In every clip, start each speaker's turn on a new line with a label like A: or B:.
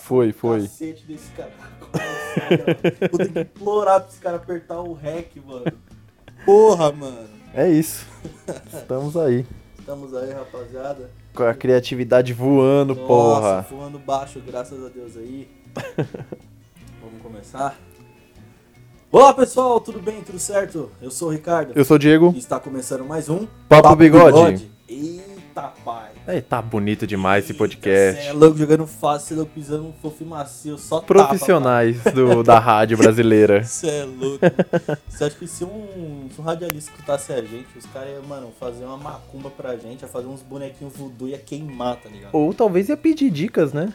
A: Foi, foi.
B: cacete desse cara. Nossa, Vou ter que implorar pra esse cara apertar o REC, mano. Porra, mano.
A: É isso. Estamos aí.
B: Estamos aí, rapaziada.
A: Com a criatividade voando,
B: Nossa,
A: porra.
B: voando baixo, graças a Deus aí. Vamos começar? Olá, pessoal, tudo bem? Tudo certo? Eu sou o Ricardo.
A: Eu sou o Diego.
B: E Está começando mais um
A: Papo Bigode.
B: Eita, pai.
A: É, tá bonito demais esse
B: Eita,
A: podcast.
B: cê é louco jogando fácil, cê é louco pisando um fofo e macio, só tapa,
A: Profissionais
B: Tá,
A: do, da rádio brasileira.
B: pai. Cê é louco. Você acha que se um, se um radialista escutasse a gente, os caras iam, mano, fazer uma macumba pra gente, ia fazer uns bonequinhos voodoo e ia queimar, tá ligado?
A: Ou talvez ia pedir dicas, né?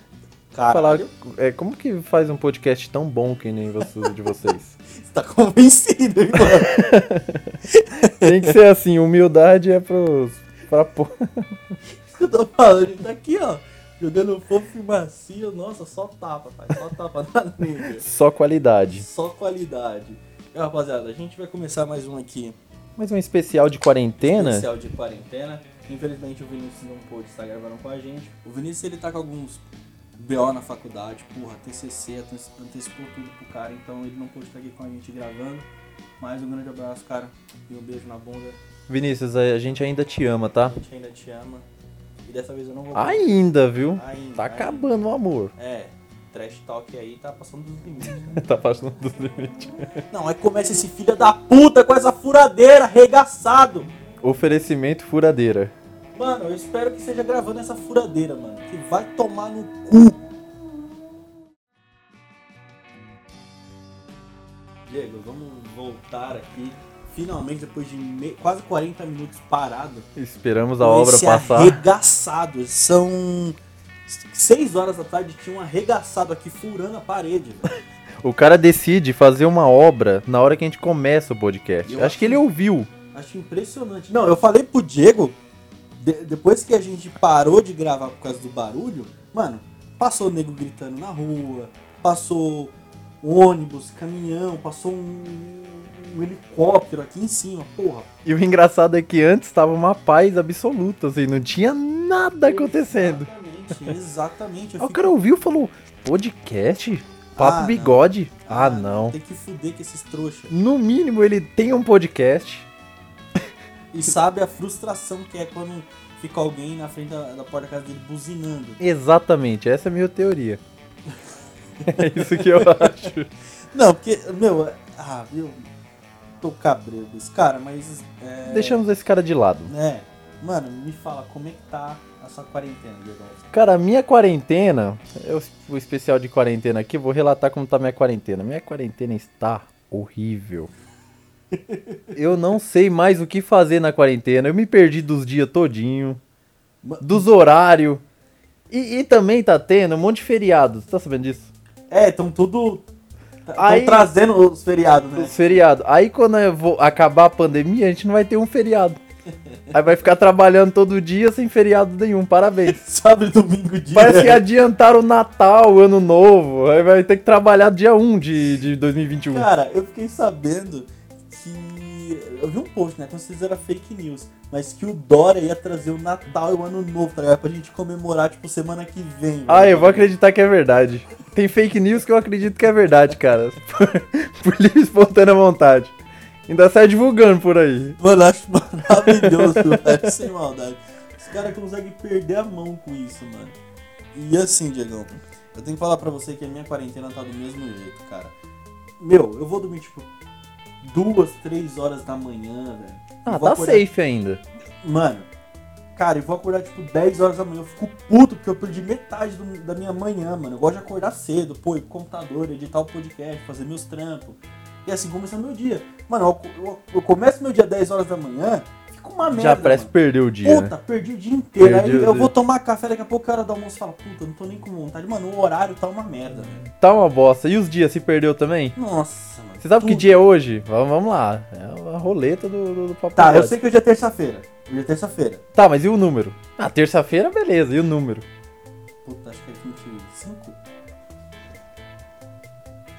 A: Falar,
B: Caralho,
A: é, como que faz um podcast tão bom que nem vocês, de vocês?
B: você tá convencido, hein, mano?
A: Tem que ser assim, humildade é pros... Pra po-
B: Isso que eu tô falando, ele tá aqui, ó, jogando fofo e macio, nossa, só tapa, pai, só tapa na nega.
A: Só qualidade.
B: Só qualidade. E, rapaziada, a gente vai começar mais um aqui.
A: Mais um especial de quarentena.
B: especial de quarentena. Infelizmente o Vinícius não pôde estar gravando com a gente. O Vinícius ele tá com alguns BO na faculdade, porra, TCC, ante- antecipou tudo pro cara, então ele não pôde estar aqui com a gente gravando. Mas um grande abraço, cara, e um beijo na bunda.
A: Vinícius, a gente ainda te ama, tá?
B: A gente ainda te ama. E dessa vez eu não vou.
A: Ainda, viu?
B: Ainda, ainda.
A: Tá acabando o amor.
B: É, trash talk aí tá passando dos limites. né?
A: Tá passando dos limites.
B: não, aí começa esse filho da puta com essa furadeira, arregaçado.
A: Oferecimento furadeira.
B: Mano, eu espero que seja gravando essa furadeira, mano. Que vai tomar no cu. Diego, vamos voltar aqui. Finalmente, depois de me- quase 40 minutos parado.
A: Esperamos a
B: com
A: obra
B: esse
A: passar.
B: arregaçado. São 6 horas da tarde tinha um arregaçado aqui furando a parede. velho.
A: O cara decide fazer uma obra na hora que a gente começa o podcast.
B: Eu
A: acho,
B: acho-
A: que ele ouviu.
B: Acho impressionante. Não, eu falei pro Diego, de- depois que a gente parou de gravar por causa do barulho, mano, passou nego gritando na rua, passou um ônibus, caminhão, passou um, um helicóptero aqui em cima, porra.
A: E o engraçado é que antes tava uma paz absoluta, assim, não tinha nada Tá acontecendo.
B: Exatamente, exatamente. eu
A: Aí o
B: fico-
A: cara ouviu e falou: podcast? Papo
B: Ah, não.
A: bigode? Ah, não.
B: Tem que fuder com esses trouxas.
A: No mínimo ele tem um podcast.
B: E sabe a frustração que é quando fica alguém na frente da, da porta da casa dele buzinando.
A: Exatamente, essa é a minha teoria. É isso que eu acho.
B: Não, porque, meu, ah, eu tô cabreiro desse cara, mas é,
A: Deixamos esse cara de lado.
B: É. Mano, me fala, como é que tá a sua quarentena, Diego?
A: Cara, a minha quarentena, eu- o especial de quarentena aqui, eu vou relatar como tá a minha quarentena. Minha quarentena está horrível. Eu não sei mais o que fazer na quarentena. Eu me perdi dos dias todinho,
B: Ma-
A: dos horários. E, e também tá tendo um monte de feriados. Tá sabendo disso?
B: É, tão tudo. tá, Tão
A: Aí-
B: trazendo os feriados, né?
A: Os feriados. Aí quando eu vou acabar a pandemia, a gente não vai ter um feriado. Aí vai ficar trabalhando todo dia sem feriado nenhum. Parabéns.
B: Sábado e domingo dia.
A: Parece que adiantaram o Natal, o Ano Novo. Aí vai ter que trabalhar dia 1 de, de 2021.
B: Cara, eu fiquei sabendo que. Eu vi um post, né? Com certeza era fake news. Mas que o Dória ia trazer o Natal e o Ano Novo, tá ligado? Pra gente comemorar, tipo, semana que vem. né?
A: Ah,
B: velho.
A: eu vou acreditar que é verdade. Tem fake news que eu acredito que é verdade, cara. Por, por livre e espontânea vontade. Ainda sai divulgando por aí.
B: Mano, eu acho maravilhoso, velho. Sem maldade. Os caras conseguem perder a mão com isso, mano. E assim, Diegão, eu tenho que falar pra você que a minha quarentena tá do mesmo jeito, cara. Meu, eu vou dormir, tipo, duas, três horas da manhã, velho.
A: Ah,
B: Eu vou
A: tá
B: acordar-
A: safe ainda.
B: Mano, cara, eu vou acordar, tipo, 10 horas da manhã. Eu fico puto porque eu perdi metade do- da minha manhã, mano. Eu gosto de acordar cedo, pô, ir pro computador, editar o podcast, fazer meus trampos. E assim começa meu dia. Mano, eu, eu- eu começo meu dia 10 horas da manhã, fica uma merda.
A: Já parece
B: mano.
A: perder o dia, né?
B: Puta, perdi o dia inteiro.
A: Perdi
B: Aí
A: o
B: eu
A: dia.
B: vou tomar café, daqui a pouco a hora do almoço fala, puta, não tô nem com vontade. Mano, o horário tá uma merda, velho.
A: Tá uma bosta. E os dias se perdeu também?
B: Nossa, mano.
A: Você sabe que
B: tudo.
A: dia é hoje? Vamos, vamos lá. É a roleta do, do, do papo.
B: Tá, eu
A: Bigode.
B: sei que hoje é terça-feira. Hoje é terça-feira.
A: Tá, mas e o número? Ah, terça-feira, beleza. E o número?
B: Puta, acho que é 25?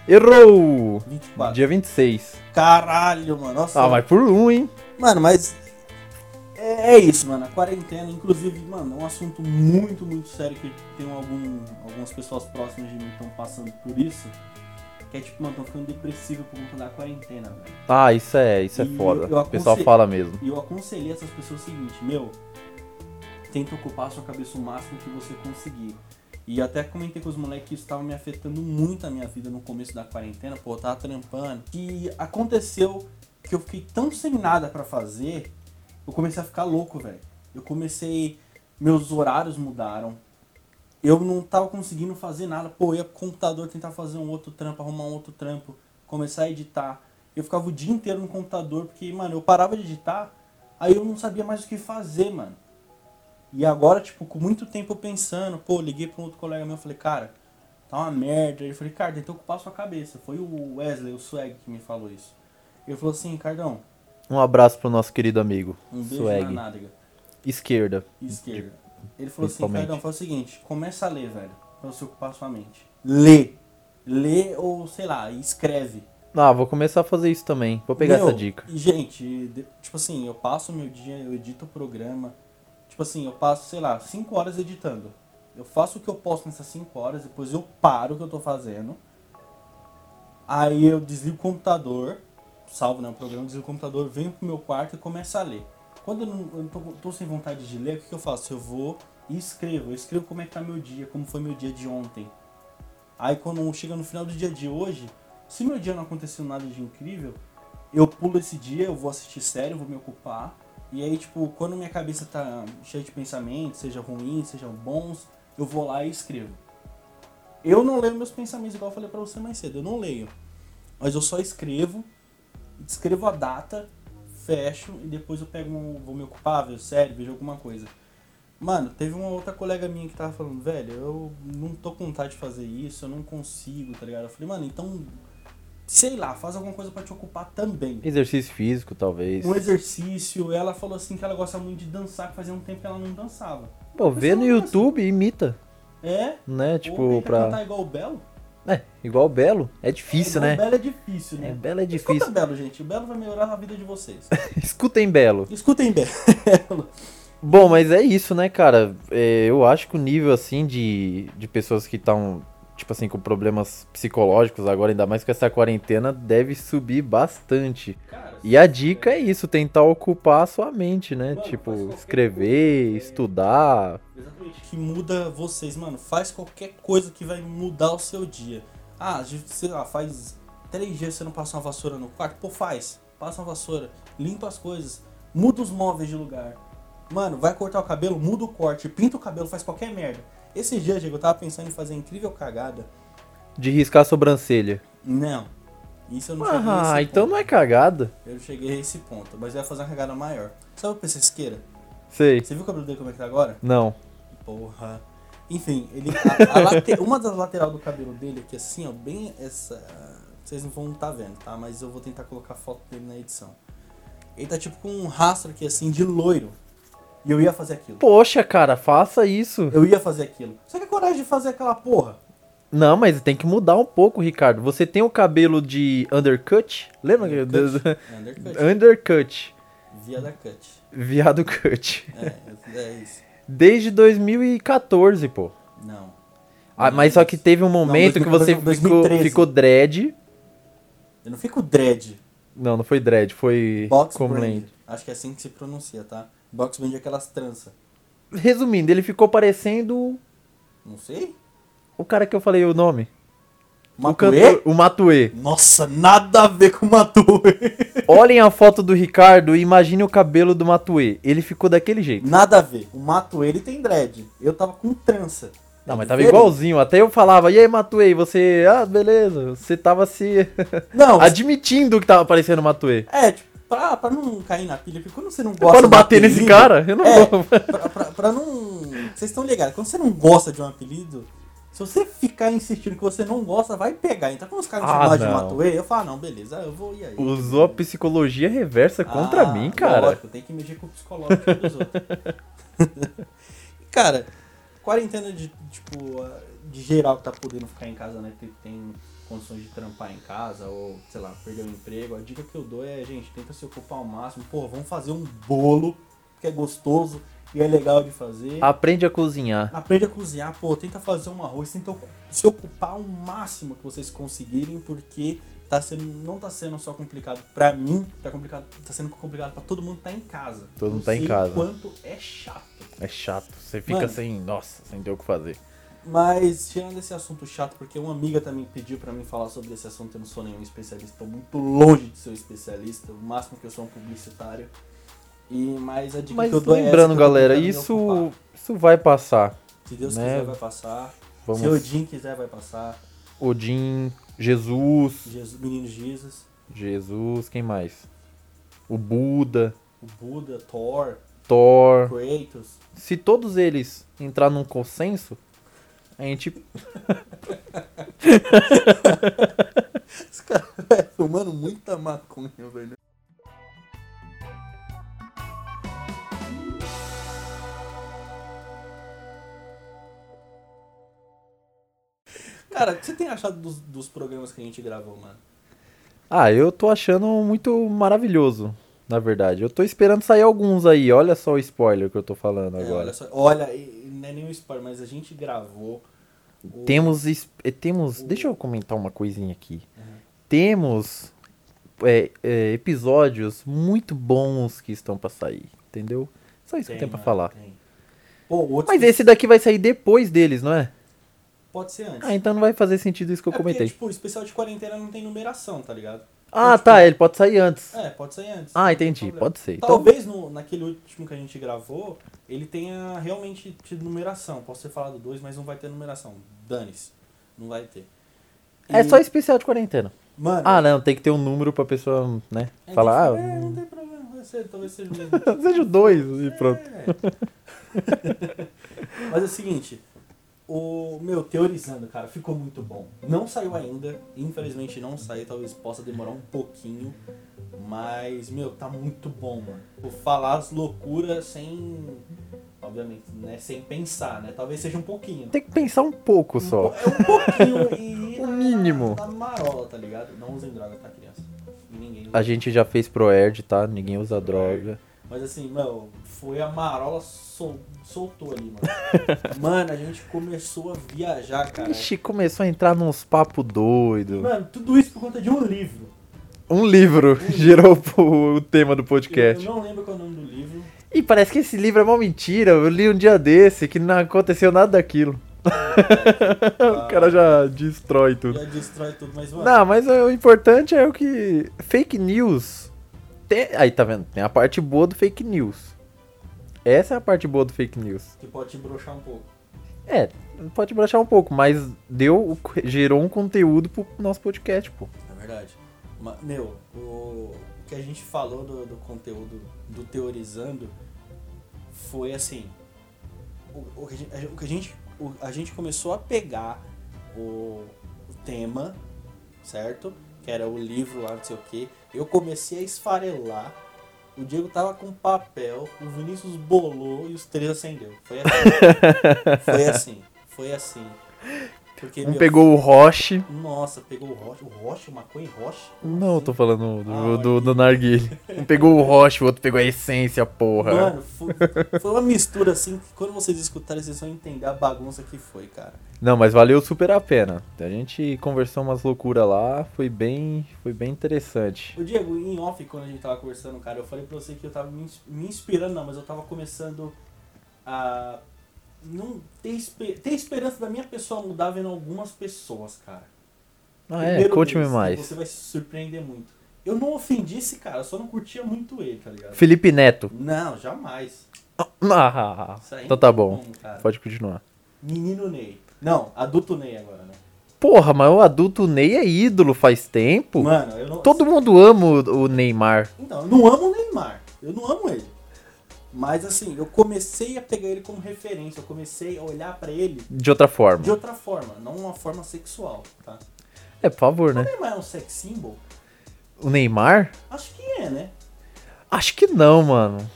A: Errou!
B: 24.
A: Dia Tá, 26.
B: Caralho, mano. Nossa.
A: Ah, mas por um, hein?
B: Mano, mas. é, é isso, mano. A quarentena, inclusive, mano, é um assunto muito, muito sério que tem algum, algumas pessoas próximas de mim que estão passando por isso. Que é tipo, mano, estão ficando depressivo por conta da quarentena, velho.
A: Ah, isso é, isso é
B: E
A: foda.
B: eu
A: o pessoal
B: aconselho-
A: fala mesmo.
B: E eu aconselhei essas pessoas o seguinte, meu, tenta ocupar a sua cabeça o máximo que você conseguir. E até comentei com os moleques que isso estava me afetando muito a minha vida no começo da quarentena, pô, eu tava trampando. E aconteceu que eu fiquei tão sem nada pra fazer, eu comecei a ficar louco, velho. Eu comecei. Meus horários mudaram. Eu não tava conseguindo fazer nada. Pô, eu ia pro computador tentar fazer um outro trampo, arrumar um outro trampo, começar a editar. Eu ficava o dia inteiro no computador, porque, mano, eu parava de editar, aí eu não sabia mais o que fazer, mano. E agora, tipo, com muito tempo pensando, pô, liguei pra um outro colega meu, falei, cara, tá uma merda. Ele falei, cara, tenta ocupar a sua cabeça. Foi o Wesley, o Swag, que me falou isso. Ele falou assim, Cardão,
A: Um abraço pro nosso querido amigo.
B: um beijo
A: Swag.
B: na nádega.
A: Esquerda.
B: e esquerda. Ele falou assim,
A: Principalmente.
B: Cardão, faz o seguinte, começa a ler, velho, pra você ocupar a sua mente. Lê. Lê ou, sei lá, escreve.
A: Ah, vou começar a fazer isso também. Vou pegar
B: Meu,
A: essa dica.
B: e, Gente, de- tipo assim, eu passo o meu dia, eu edito o programa. Tipo assim, eu passo, sei lá, 5 horas editando. Eu faço o que eu posso nessas 5 horas, depois eu paro o que eu tô fazendo. Aí eu desligo o computador, salvo né, o programa, desligo o computador, venho pro meu quarto e começo a ler. Quando eu não, eu não tô, tô sem vontade de ler, o que, que eu faço? Eu vou e escrevo. Eu escrevo como é que tá meu dia, como foi meu dia de ontem. Aí quando chega no final do dia de hoje, se meu dia não aconteceu nada de incrível, eu pulo esse dia, eu vou assistir série, eu vou me ocupar. E aí, tipo, quando minha cabeça tá cheia de pensamentos, seja ruim, sejam bons, eu vou lá e escrevo. Eu não leio meus pensamentos, igual eu falei pra você mais cedo, eu não leio. Mas eu só escrevo, escrevo a data, fecho e depois eu pego um, vou me ocupar, vejo série, vejo alguma coisa. Mano, teve uma outra colega minha que tava falando, velho, eu não tô com vontade de fazer isso, eu não consigo, tá ligado? Eu falei, mano, então, sei lá, faz alguma coisa pra te ocupar também
A: Exercício físico, talvez.
B: um exercício. Ela falou assim que ela gosta muito de dançar, que fazia um tempo que ela não dançava.
A: Pô, vê no YouTube e imita,
B: É?
A: né?
B: Ou
A: Tipo,
B: tenta
A: pra.
B: cantar igual o Belo?
A: É, igual o Belo. É difícil,
B: Igual
A: né?
B: O Belo é difícil, né?
A: É, Belo é
B: Escuta
A: difícil.
B: Belo, gente. O Belo vai melhorar a vida de vocês.
A: Escutem Belo.
B: Escutem Belo.
A: Bom, mas é isso, né, cara? É, eu acho que o nível, assim, de, de pessoas que estão, tipo assim, com problemas psicológicos agora, ainda mais com essa quarentena, deve subir bastante.
B: Cara,
A: E a dica é isso, tentar ocupar a sua mente, né?
B: Mano, faz
A: tipo,
B: qualquer
A: escrever,
B: coisa, é.
A: estudar.
B: Exatamente. Que muda vocês, mano. Faz qualquer coisa que vai mudar o seu dia. Ah, de- sei lá, faz três dias que você não passa uma vassoura no quarto. Pô, faz. Passa uma vassoura. Limpa as coisas. Muda os móveis de lugar. Mano, vai cortar o cabelo, muda o corte. Pinta o cabelo, faz qualquer merda. Esses dias, Diego, eu tava pensando em fazer uma incrível cagada.
A: De riscar a sobrancelha.
B: Não. Isso eu não cheguei a
A: Ah,
B: esse
A: então
B: ponto.
A: não é cagada.
B: Eu não cheguei a esse ponto. Mas eu ia fazer uma cagada maior. Sabe o Pessesqueira?
A: Sei.
B: Você viu o cabelo dele como é que tá agora?
A: Não.
B: Porra. Enfim, ele. a- a late- uma das lateral do cabelo dele, que assim, ó, bem essa. Vocês não vão estar vendo, tá? Mas eu vou tentar colocar a foto dele na edição. Ele tá tipo com um rastro aqui, assim, de loiro. E eu ia fazer aquilo.
A: Poxa, cara, faça isso.
B: Eu ia fazer aquilo. Só que a coragem de fazer aquela porra.
A: Não, mas tem que mudar um pouco, Ricardo. Você tem o cabelo de undercut? Lembra? Undercut.
B: Undercut.
A: undercut.
B: Via da cut.
A: Viado cut.
B: É, é isso.
A: Desde 2014, pô.
B: Não.
A: Ah, mas só que teve um momento que
B: 2014,
A: você ficou,
B: 2013.
A: ficou dread.
B: Eu não fico dread.
A: Não, não foi dread, foi.
B: Box
A: como
B: brand.
A: lembra.
B: Acho que é assim que se pronuncia, tá? Box brand é aquelas tranças.
A: Resumindo, ele ficou parecendo
B: Não sei?
A: o cara que eu falei o nome. O
B: Matuê?
A: o Matue.
B: Nossa, nada a ver com Matue.
A: Olhem a foto do Ricardo e imagine o cabelo do Matue. Ele ficou daquele jeito.
B: Nada a ver. O Matue, ele tem dread. Eu tava com trança.
A: Não, mas
B: É
A: tava
B: diferente.
A: igualzinho. Até eu falava, e aí, Matue, você. Ah, beleza. Você tava se.
B: Não,
A: admitindo que tava parecendo o Matue.
B: é, tipo, pra, pra não cair na pilha, porque quando você não gosta.
A: É Pra não
B: de um
A: bater nesse
B: apelido-
A: cara, eu não
B: É,
A: vou.
B: pra, pra- pra não. Vocês estão ligados, quando você não gosta de um apelido, se você ficar insistindo que você não gosta, vai pegar. Então, quando os caras me
A: Ah,
B: chamam de
A: não.
B: Matue, eu falo, ah, não, beleza, eu vou ir aí.
A: Usou a psicologia reversa contra
B: Ah,
A: mim, cara.
B: Lógico, tem que mexer com o psicológico um dos outros. cara, quarentena de, tipo, a- de geral que tá podendo ficar em casa, né? Que tem condições de trampar em casa ou, sei lá, perder o emprego. A dica que eu dou é, gente, tenta se ocupar ao máximo. Pô, vamos fazer um bolo porque é gostoso e é legal de fazer.
A: Aprende a cozinhar.
B: Aprende a cozinhar, pô, tenta fazer um arroz, tenta ocu- se ocupar o máximo que vocês conseguirem, porque tá sendo, não tá sendo só complicado pra mim, tá, complicado, tá sendo complicado pra todo mundo que tá em casa.
A: Todo mundo
B: Eu
A: tá em
B: sei
A: casa.
B: quanto é chato.
A: É chato. Você fica
B: Mano.
A: sem. Nossa, sem ter o que fazer.
B: Mas, tirando esse assunto chato, porque uma amiga também pediu pra mim falar sobre esse assunto, eu não sou nenhum especialista, tô muito longe de ser um especialista, o máximo que eu sou um publicitário. E, mas a dica
A: Mas
B: que eu dou é essa,
A: lembrando,
B: que eu tô
A: galera,
B: tentando me
A: isso,
B: ocupar.
A: isso vai passar.
B: Se Deus
A: né?
B: quiser, vai passar.
A: Vamos.
B: Se Odin quiser, vai passar.
A: Odin, Jesus.
B: Jesus, menino Jesus,
A: Jesus, quem mais? O Buda,
B: o Buda, Thor,
A: Thor.
B: Kratos.
A: Se todos eles entrar num consenso, a gente.
B: Esse cara é fumando muita maconha, velho. Cara, o que você tem achado dos, dos programas que a gente gravou, mano?
A: Ah, eu tô achando muito maravilhoso, na verdade. Eu tô esperando sair alguns aí. Olha só o spoiler que eu tô falando
B: É,
A: agora.
B: olha, só, olha, e- e não é nenhum spoiler, mas a gente gravou. o-
A: Temos. es- eh, Temos.
B: o-
A: Deixa eu comentar uma coisinha aqui.
B: Uhum.
A: Temos é, é, episódios muito bons que estão pra sair, entendeu? Só isso que eu tenho pra
B: mano,
A: falar.
B: tem. Pô, o outro
A: Mas esse daqui vai sair depois deles, não é?
B: pode ser antes.
A: Ah, então não vai fazer sentido isso que eu
B: É porque,
A: comentei.
B: tipo, o especial de quarentena não tem numeração, tá ligado?
A: Ah,
B: tipo-
A: tá, ele pode sair antes.
B: É, pode sair antes.
A: Ah,
B: não tem
A: entendi,
B: problema.
A: pode ser. Então,
B: Talvez no, naquele último que a gente gravou, ele tenha realmente tido numeração. Posso ter falado dois, mas não vai ter numeração. Dane-se. Não vai ter.
A: é
B: E,
A: só especial de quarentena.
B: Mano,
A: Ah, não, tem que ter um número pra pessoa, né?
B: a gente
A: Falar,
B: fala, É,
A: ah,
B: não tem problema, vai ser, talvez seja o mesmo.
A: seja dois e pronto.
B: É. Mas é o seguinte, o meu teorizando, cara, ficou muito bom. Não saiu ainda, infelizmente não saiu, talvez possa demorar um pouquinho, mas meu, tá muito bom, mano. Vou falar as loucuras sem obviamente, né, sem pensar, né? Talvez seja um pouquinho.
A: Tem que pensar um pouco
B: Um
A: só.
B: po- É um pouquinho e
A: O mínimo.
B: Tá marola, tá ligado? Não usem droga, tá criança. E ninguém usa
A: A gente já fez Proerd, tá? Ninguém usa droga.
B: Mas assim, mano, foi a marola sol- soltou ali, mano. mano, a gente começou a viajar, cara.
A: Ixi, começou a entrar nos papo doido.
B: Mano, tudo isso por conta de um livro.
A: Um livro gerou o o tema do podcast.
B: Eu, eu não lembro qual é o nome do livro.
A: E parece que esse livro é uma mentira. Eu li um dia desse que não aconteceu nada daquilo. o cara já destrói tudo.
B: Já destrói tudo, mas mano.
A: Não, mas o importante é o que. Fake news. tem- Aí tá vendo? Tem a parte boa do fake news. Essa é a parte boa do fake news.
B: Que pode te broxar um pouco.
A: É, pode brochar um pouco, mas deu, gerou um conteúdo pro nosso podcast, pô.
B: É verdade. Ma- meu, o, o que a gente falou do, do conteúdo do Teorizando foi assim. O, o que a gente- o que a gente, o- a gente começou a pegar o, o tema, certo? Que era o livro lá, não sei o quê. Eu comecei a esfarelar. O Diego tava com papel, o Vinícius bolou e os três acendeu. Foi assim. foi assim. Foi assim. Porque,
A: Um
B: meu,
A: pegou o Roche.
B: nossa, pegou o Roche. O Roche, o maconha Roche?
A: Não, eu tô falando do,
B: Ah,
A: do, do narguilé. Um pegou o Roche, o outro pegou a essência, porra.
B: Mano, foi, foi uma mistura assim que quando vocês escutarem, vocês vão entender a bagunça que foi, cara.
A: Não, mas valeu super a pena. A gente conversou umas loucuras lá, foi bem, foi bem interessante.
B: O Diego, em off, quando a gente tava conversando, cara, eu falei pra você que eu tava me, ins- me inspirando, não, mas eu tava começando a não ter, espe- ter esperança da minha pessoa mudar vendo algumas pessoas, cara.
A: Ah, é,
B: Primeiro
A: conte-me
B: deles, que
A: mais.
B: Você vai se surpreender muito. Eu não ofendi esse cara, eu só não curtia muito ele, tá ligado?
A: Felipe Neto.
B: Não, jamais.
A: Ah,
B: Isso aí
A: então
B: não
A: tá
B: tem
A: bom.
B: como, cara.
A: Pode continuar.
B: Menino Ney. Não, adulto Ney agora, né?
A: Porra, mas o adulto Ney é ídolo faz tempo.
B: Mano, eu não.
A: Todo mundo ama o o Neymar.
B: Então, eu não amo o Neymar. Eu não amo ele. Mas assim, eu comecei a pegar ele como referência. Eu comecei a olhar pra ele
A: De outra forma.
B: de outra forma, não uma forma sexual, tá?
A: É, por favor,
B: O
A: né?
B: Neymar é um sex symbol?
A: O Neymar?
B: Acho que é, né?
A: Acho que não, mano.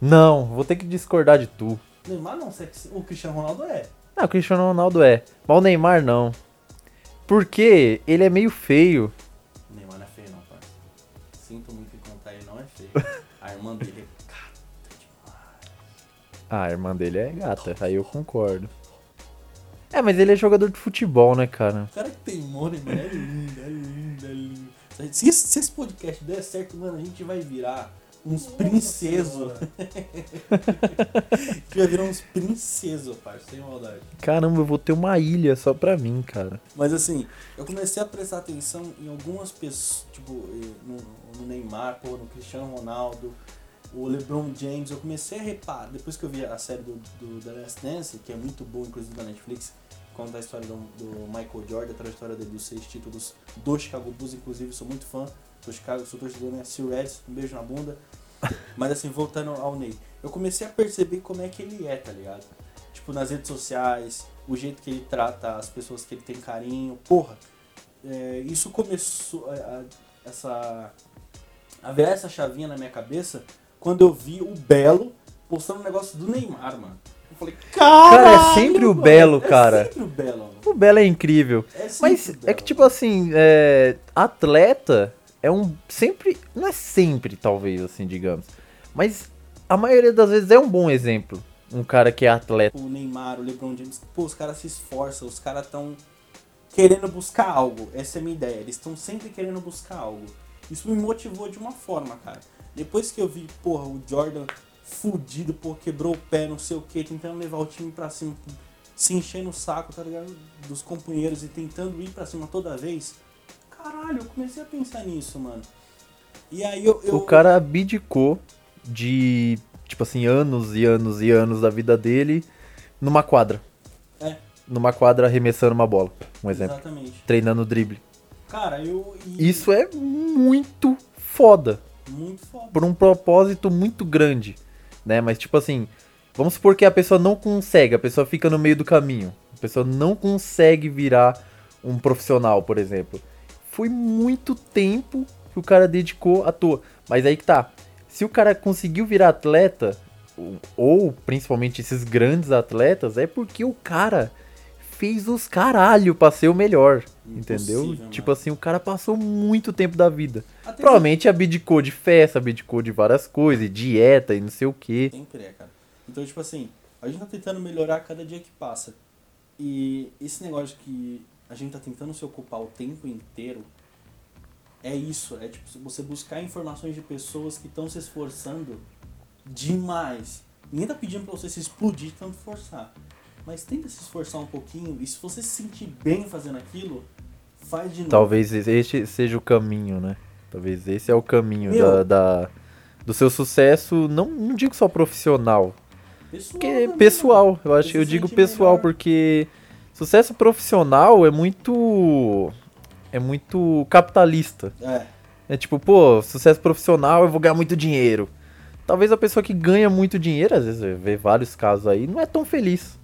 A: Não, vou ter que discordar de tu.
B: O Neymar não é um sex symbol. O Cristiano Ronaldo é.
A: Ah, o Cristiano Ronaldo é. Mas o Neymar não. Porque ele é meio feio.
B: O Neymar não é feio, não, pai. Sinto muito em contar, ele não é feio. A irmã dele é gata
A: Ah, a irmã dele é gata, aí eu concordo. É, mas ele é jogador de futebol, né, cara?
B: O cara que tem money, mano, é lindo, é lindo, é lindo. Se a gente- Se, esse- se esse podcast der certo, mano, a gente vai virar uns princesos. a gente vai virar uns princesos, parceiro, sem maldade.
A: Caramba, eu vou ter uma ilha só pra mim, cara.
B: Mas assim, eu comecei a prestar atenção em algumas pessoas, tipo, eh, no, no Neymar, pô, no Cristiano Ronaldo, o LeBron James. Eu comecei a reparar, depois que eu vi a série do, do The Last Dance, que é muito boa, inclusive da Netflix, conta a história do, do Michael Jordan, a trajetória dele, dos seis títulos do Chicago Bulls, inclusive, sou muito fã do Chicago, sou torcedor, né? Sir Reds, um beijo na bunda. Mas assim, voltando ao Ney, eu comecei a perceber como é que ele é, tá ligado? Tipo, nas redes sociais, o jeito que ele trata as pessoas que ele tem carinho. Porra, é, isso começou a, a- essa a virar essa chavinha na minha cabeça quando eu vi o Belo postando um negócio do Neymar, mano. Eu falei, caralho!
A: Cara, é sempre o
B: mano,
A: Belo,
B: é
A: cara."
B: sempre o Belo. mano.
A: O Belo é incrível.
B: É sempre
A: Mas
B: o
A: é
B: Belo.
A: que, tipo assim, é, atleta é um. Sempre. Não é sempre, talvez, assim, digamos. Mas a maioria das vezes é um bom exemplo. Um cara que é atleta.
B: o Neymar, o LeBron James, pô, os caras se esforçam, os caras estão querendo buscar algo. Essa é a minha ideia. Eles estão sempre querendo buscar algo. Isso me motivou de uma forma, cara. Depois que eu vi, porra, o Jordan fudido, pô, quebrou o pé, não sei o que, tentando levar o time pra cima, se enchendo o saco, tá ligado? Dos companheiros e tentando ir pra cima toda vez. Caralho, eu comecei a pensar nisso, mano. E aí eu. eu
A: O cara abdicou de, tipo assim, anos e anos e anos da vida dele numa quadra.
B: É.
A: Numa quadra arremessando uma bola, um exemplo.
B: Exatamente.
A: Treinando drible.
B: Cara, eu. e-
A: Isso é muito foda.
B: Muito foda.
A: Por um propósito muito grande, né? Mas, tipo assim, vamos supor que a pessoa não consegue, a pessoa fica no meio do caminho. A pessoa não consegue virar um profissional, por exemplo. Foi muito tempo que o cara dedicou à toa. Mas aí que tá. Se o cara conseguiu virar atleta, ou- ou principalmente esses grandes atletas, é porque o cara fez os caralho pra ser o melhor. Entendeu?
B: Impossível, né?
A: tipo
B: mano.
A: assim, o cara passou muito tempo da vida.
B: Até que-
A: Provavelmente abdicou de festa, abdicou de várias coisas, e dieta e não sei o que.
B: Sempre é, cara. Então, tipo assim, a gente tá tentando melhorar cada dia que passa. E esse negócio que a gente tá tentando se ocupar o tempo inteiro é isso. É tipo você buscar informações de pessoas que estão se esforçando demais. Ninguém tá pedindo pra você se explodir de tanto forçar. Mas tenta se esforçar um pouquinho e se você se sentir bem fazendo aquilo, faz de novo.
A: Talvez este seja o caminho, né? Talvez esse é o caminho da,
B: Meu.
A: da- do seu sucesso, não, não digo só profissional,
B: Pessoal, é
A: porque
B: também, mano.
A: pessoal, eu acho,
B: Você
A: eu
B: se
A: digo
B: sente
A: pessoal
B: melhor.
A: porque sucesso profissional é muito é muito capitalista.
B: É,
A: É tipo, pô, sucesso profissional, eu vou ganhar muito dinheiro. Talvez a pessoa que ganha muito dinheiro, às vezes vê vários casos aí, não é tão feliz.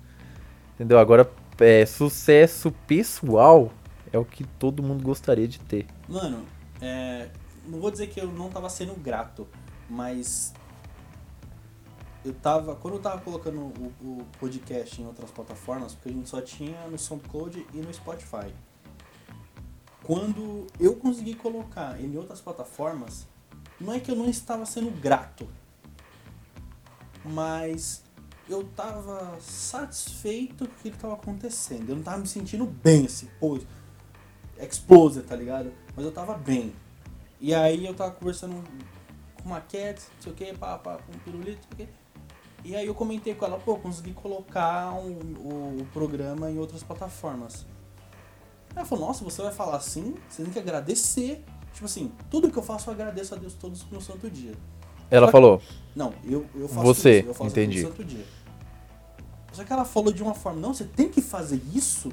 A: Entendeu? Agora, é, sucesso pessoal é o que todo mundo gostaria de ter.
B: Mano, é, não vou dizer que eu não tava sendo grato, mas eu tava. Quando eu tava colocando o, o podcast em outras plataformas, porque a gente só tinha no SoundCloud e no Spotify. Quando eu consegui colocar ele em outras plataformas, não é que eu não estava sendo grato, mas eu tava satisfeito com o que estava acontecendo. Eu não tava me sentindo bem, assim, pô, Exploser, tá ligado? Mas eu tava bem. E aí eu tava conversando com uma cat, não sei o que, pá, pá, com um pirulito, não sei o que. E aí eu comentei com ela, pô, consegui colocar um- o, o programa em outras plataformas. Ela falou, nossa, você vai falar assim? Você tem que agradecer. Tipo assim, tudo que eu faço eu agradeço a Deus todos no santo dia.
A: Ela
B: Só que-
A: falou,
B: Não, eu, eu faço
A: Você,
B: isso, eu faço
A: entendi.
B: todo santo dia. Só que ela falou de uma forma, não, você tem que fazer isso?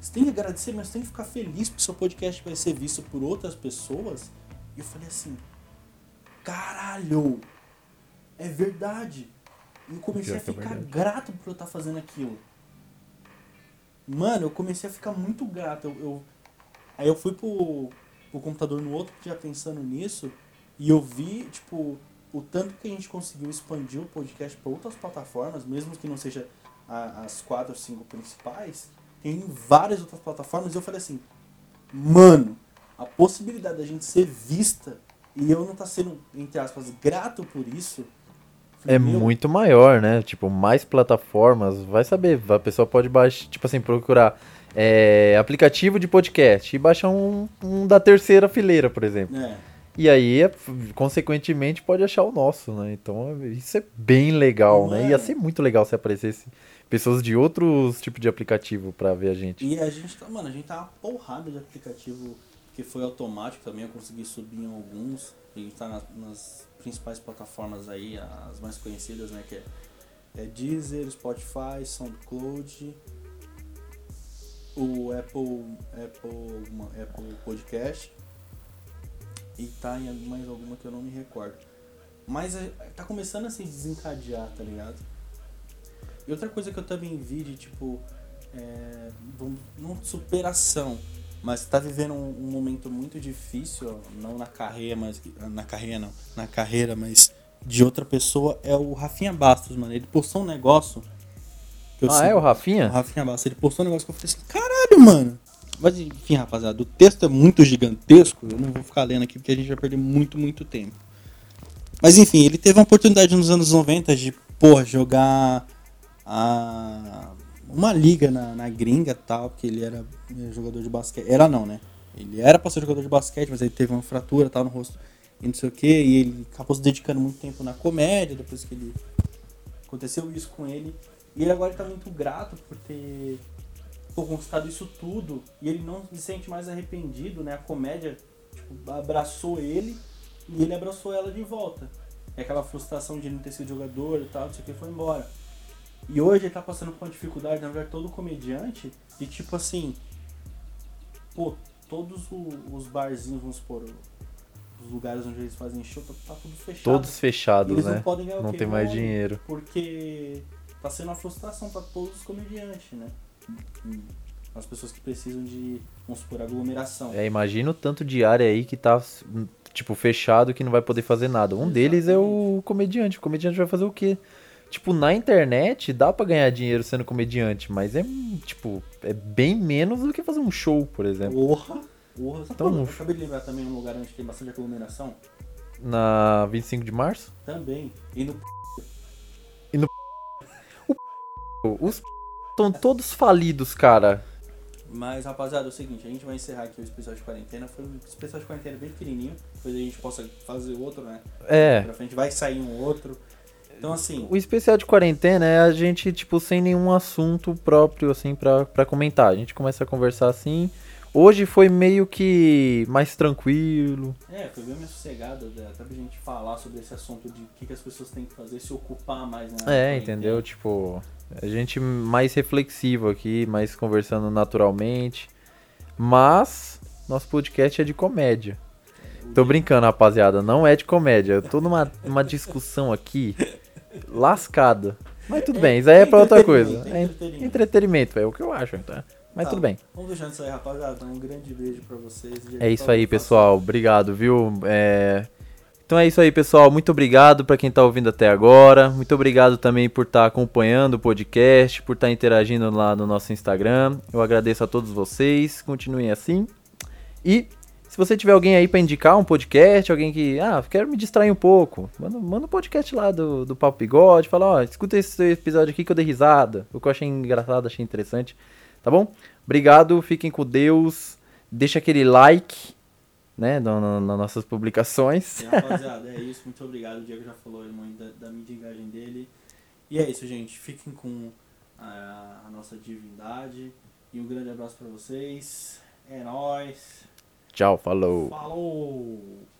B: Você tem que agradecer, mas tem que ficar feliz porque seu podcast vai ser visto por outras pessoas. E eu falei assim, caralho, é verdade. E eu comecei
A: Pior
B: a
A: que é
B: ficar
A: verdade.
B: grato por eu estar fazendo aquilo. Mano, eu comecei a ficar muito grato. Eu, eu- Aí eu fui pro, pro computador no outro, já pensando nisso, e eu vi, tipo, o tanto que a gente conseguiu expandir o podcast para outras plataformas, mesmo que não seja a- as quatro ou cinco principais, tem várias outras plataformas, e eu falei assim, mano, a possibilidade da gente ser vista e eu não tá sendo, entre aspas, grato por isso,
A: É muito maior, né? Tipo, mais plataformas. Vai saber, a pessoa pode baixar, tipo assim, procurar é, aplicativo de podcast e baixar um, um da terceira fileira, por exemplo.
B: É.
A: E aí, é, consequentemente, pode achar o nosso, né? Então, isso é bem legal, né?
B: Mano.
A: Ia ser muito legal se aparecesse pessoas de outros tipos de aplicativo pra ver a gente.
B: E a gente tá, mano, a gente tá uma porrada de aplicativo que foi automático também, eu consegui subir em alguns. A gente tá nas, nas principais plataformas aí, as mais conhecidas, né? Que é, é Deezer, Spotify, SoundCloud, o Apple, Apple, uma- Apple Podcast. E tá em mais alguma que eu não me recordo. Mas é, tá começando a se desencadear, tá ligado? E outra coisa que eu também vi de tipo. É, vamos- não de superação, mas tá vivendo um, um momento muito difícil, não na carreira, mas. Na carreira não, na carreira, mas de outra pessoa é o Rafinha Bastos, mano. Ele postou um negócio. que eu
A: Ah,
B: sei-
A: é o
B: o
A: Rafinha?
B: Rafinha Bastos, ele postou um negócio que eu falei assim, caralho, mano. Mas enfim, rapaziada, o texto é muito gigantesco, eu não vou ficar lendo aqui porque a gente vai perder muito, muito tempo. Mas enfim, ele teve uma oportunidade nos anos 90 de, porra, jogar a... uma liga na, na gringa e tal, porque ele era eh, jogador de basquete. Era não, né? Ele era pra ser jogador de basquete, mas ele teve uma fratura tal no rosto e não sei o que, e ele acabou se dedicando muito tempo na comédia, depois que ele aconteceu isso com ele. E ele agora tá muito grato por ter pô, conquistado isso tudo. E ele não se sente mais arrependido, né? A comédia tipo, abraçou ele e ele abraçou ela de volta. E aquela frustração de não ter sido jogador e tal, não sei o que, foi embora. E hoje ele tá passando por uma dificuldade, na verdade, todo comediante, de tipo assim. Pô, todos o- os barzinhos, vamos supor, os lugares onde eles fazem show, tá, tá tudo fechado.
A: Todos fechados,
B: Eles
A: né?
B: não é. podem ganhar o
A: Não
B: quê?
A: tem mais
B: Nada.
A: dinheiro.
B: Porque tá sendo uma frustração pra todos os comediantes, né? As pessoas que precisam de, vamos supor, aglomeração.
A: É, imagina o tanto de área aí que tá, tipo, fechado que não vai poder fazer nada. Um deles é o comediante. O comediante vai fazer o quê? Tipo, na internet dá pra ganhar dinheiro sendo comediante, mas é, tipo, é bem menos do que fazer um show, por exemplo.
B: Porra! Porra! Sabe
A: Então,
B: quando- eu
A: ufa.
B: acabei de lembrar também um lugar onde tem bastante aglomeração?
A: Na 25 de março.
B: Também. E no...
A: Os estão todos falidos, cara.
B: Mas, rapaziada, é o seguinte, a gente vai encerrar aqui o especial de quarentena. Foi um especial de quarentena bem pequenininho. Depois a gente possa fazer outro, né?
A: É.
B: Pra frente vai sair um outro. Então, assim...
A: O especial de quarentena é a gente, tipo, sem nenhum assunto próprio, assim, pra, pra comentar. A gente começa a conversar assim. Hoje foi meio que mais tranquilo.
B: É, foi bem mais sossegado, né? até pra gente falar sobre esse assunto de o que, que as pessoas têm que fazer, se ocupar mais, né? na
A: É,
B: quarentena.
A: entendeu? Tipo, a gente mais reflexivo aqui, mais conversando naturalmente. Mas nosso podcast é de comédia. Tô brincando, rapaziada, não é de comédia. Eu tô numa uma discussão aqui lascada. Mas tudo bem, isso aí é pra outra coisa.
B: entretenimento,
A: É en-
B: entretenimento.
A: entretenimento, é o que eu acho, tá? Mas
B: Tá,
A: tudo bem.
B: Vamos deixando isso aí, rapaziada. Um grande beijo pra vocês.
A: É isso aí, pessoal. Obrigado, viu? É, Então é isso aí, pessoal. Muito obrigado pra quem tá ouvindo até agora. Muito obrigado também por estar acompanhando o podcast, por estar interagindo lá no nosso Instagram. Eu agradeço a todos vocês. Continuem assim. E se você tiver alguém aí pra indicar um podcast, alguém que, ah, quero me distrair um pouco, manda, manda um podcast lá do, do Papo Bigode, fala, ó, escuta esse episódio aqui que eu dei risada, o que eu achei engraçado, achei interessante, tá bom? Obrigado, fiquem com Deus, deixa aquele like, né, no- no- nas nossas publicações.
B: E, rapaziada, é isso. Muito obrigado. O Diego já falou, irmão, da, da mendigagem dele. E é isso, gente. Fiquem com a, a nossa divindade. E um grande abraço pra vocês. É nóis.
A: Tchau, falou.
B: Falou!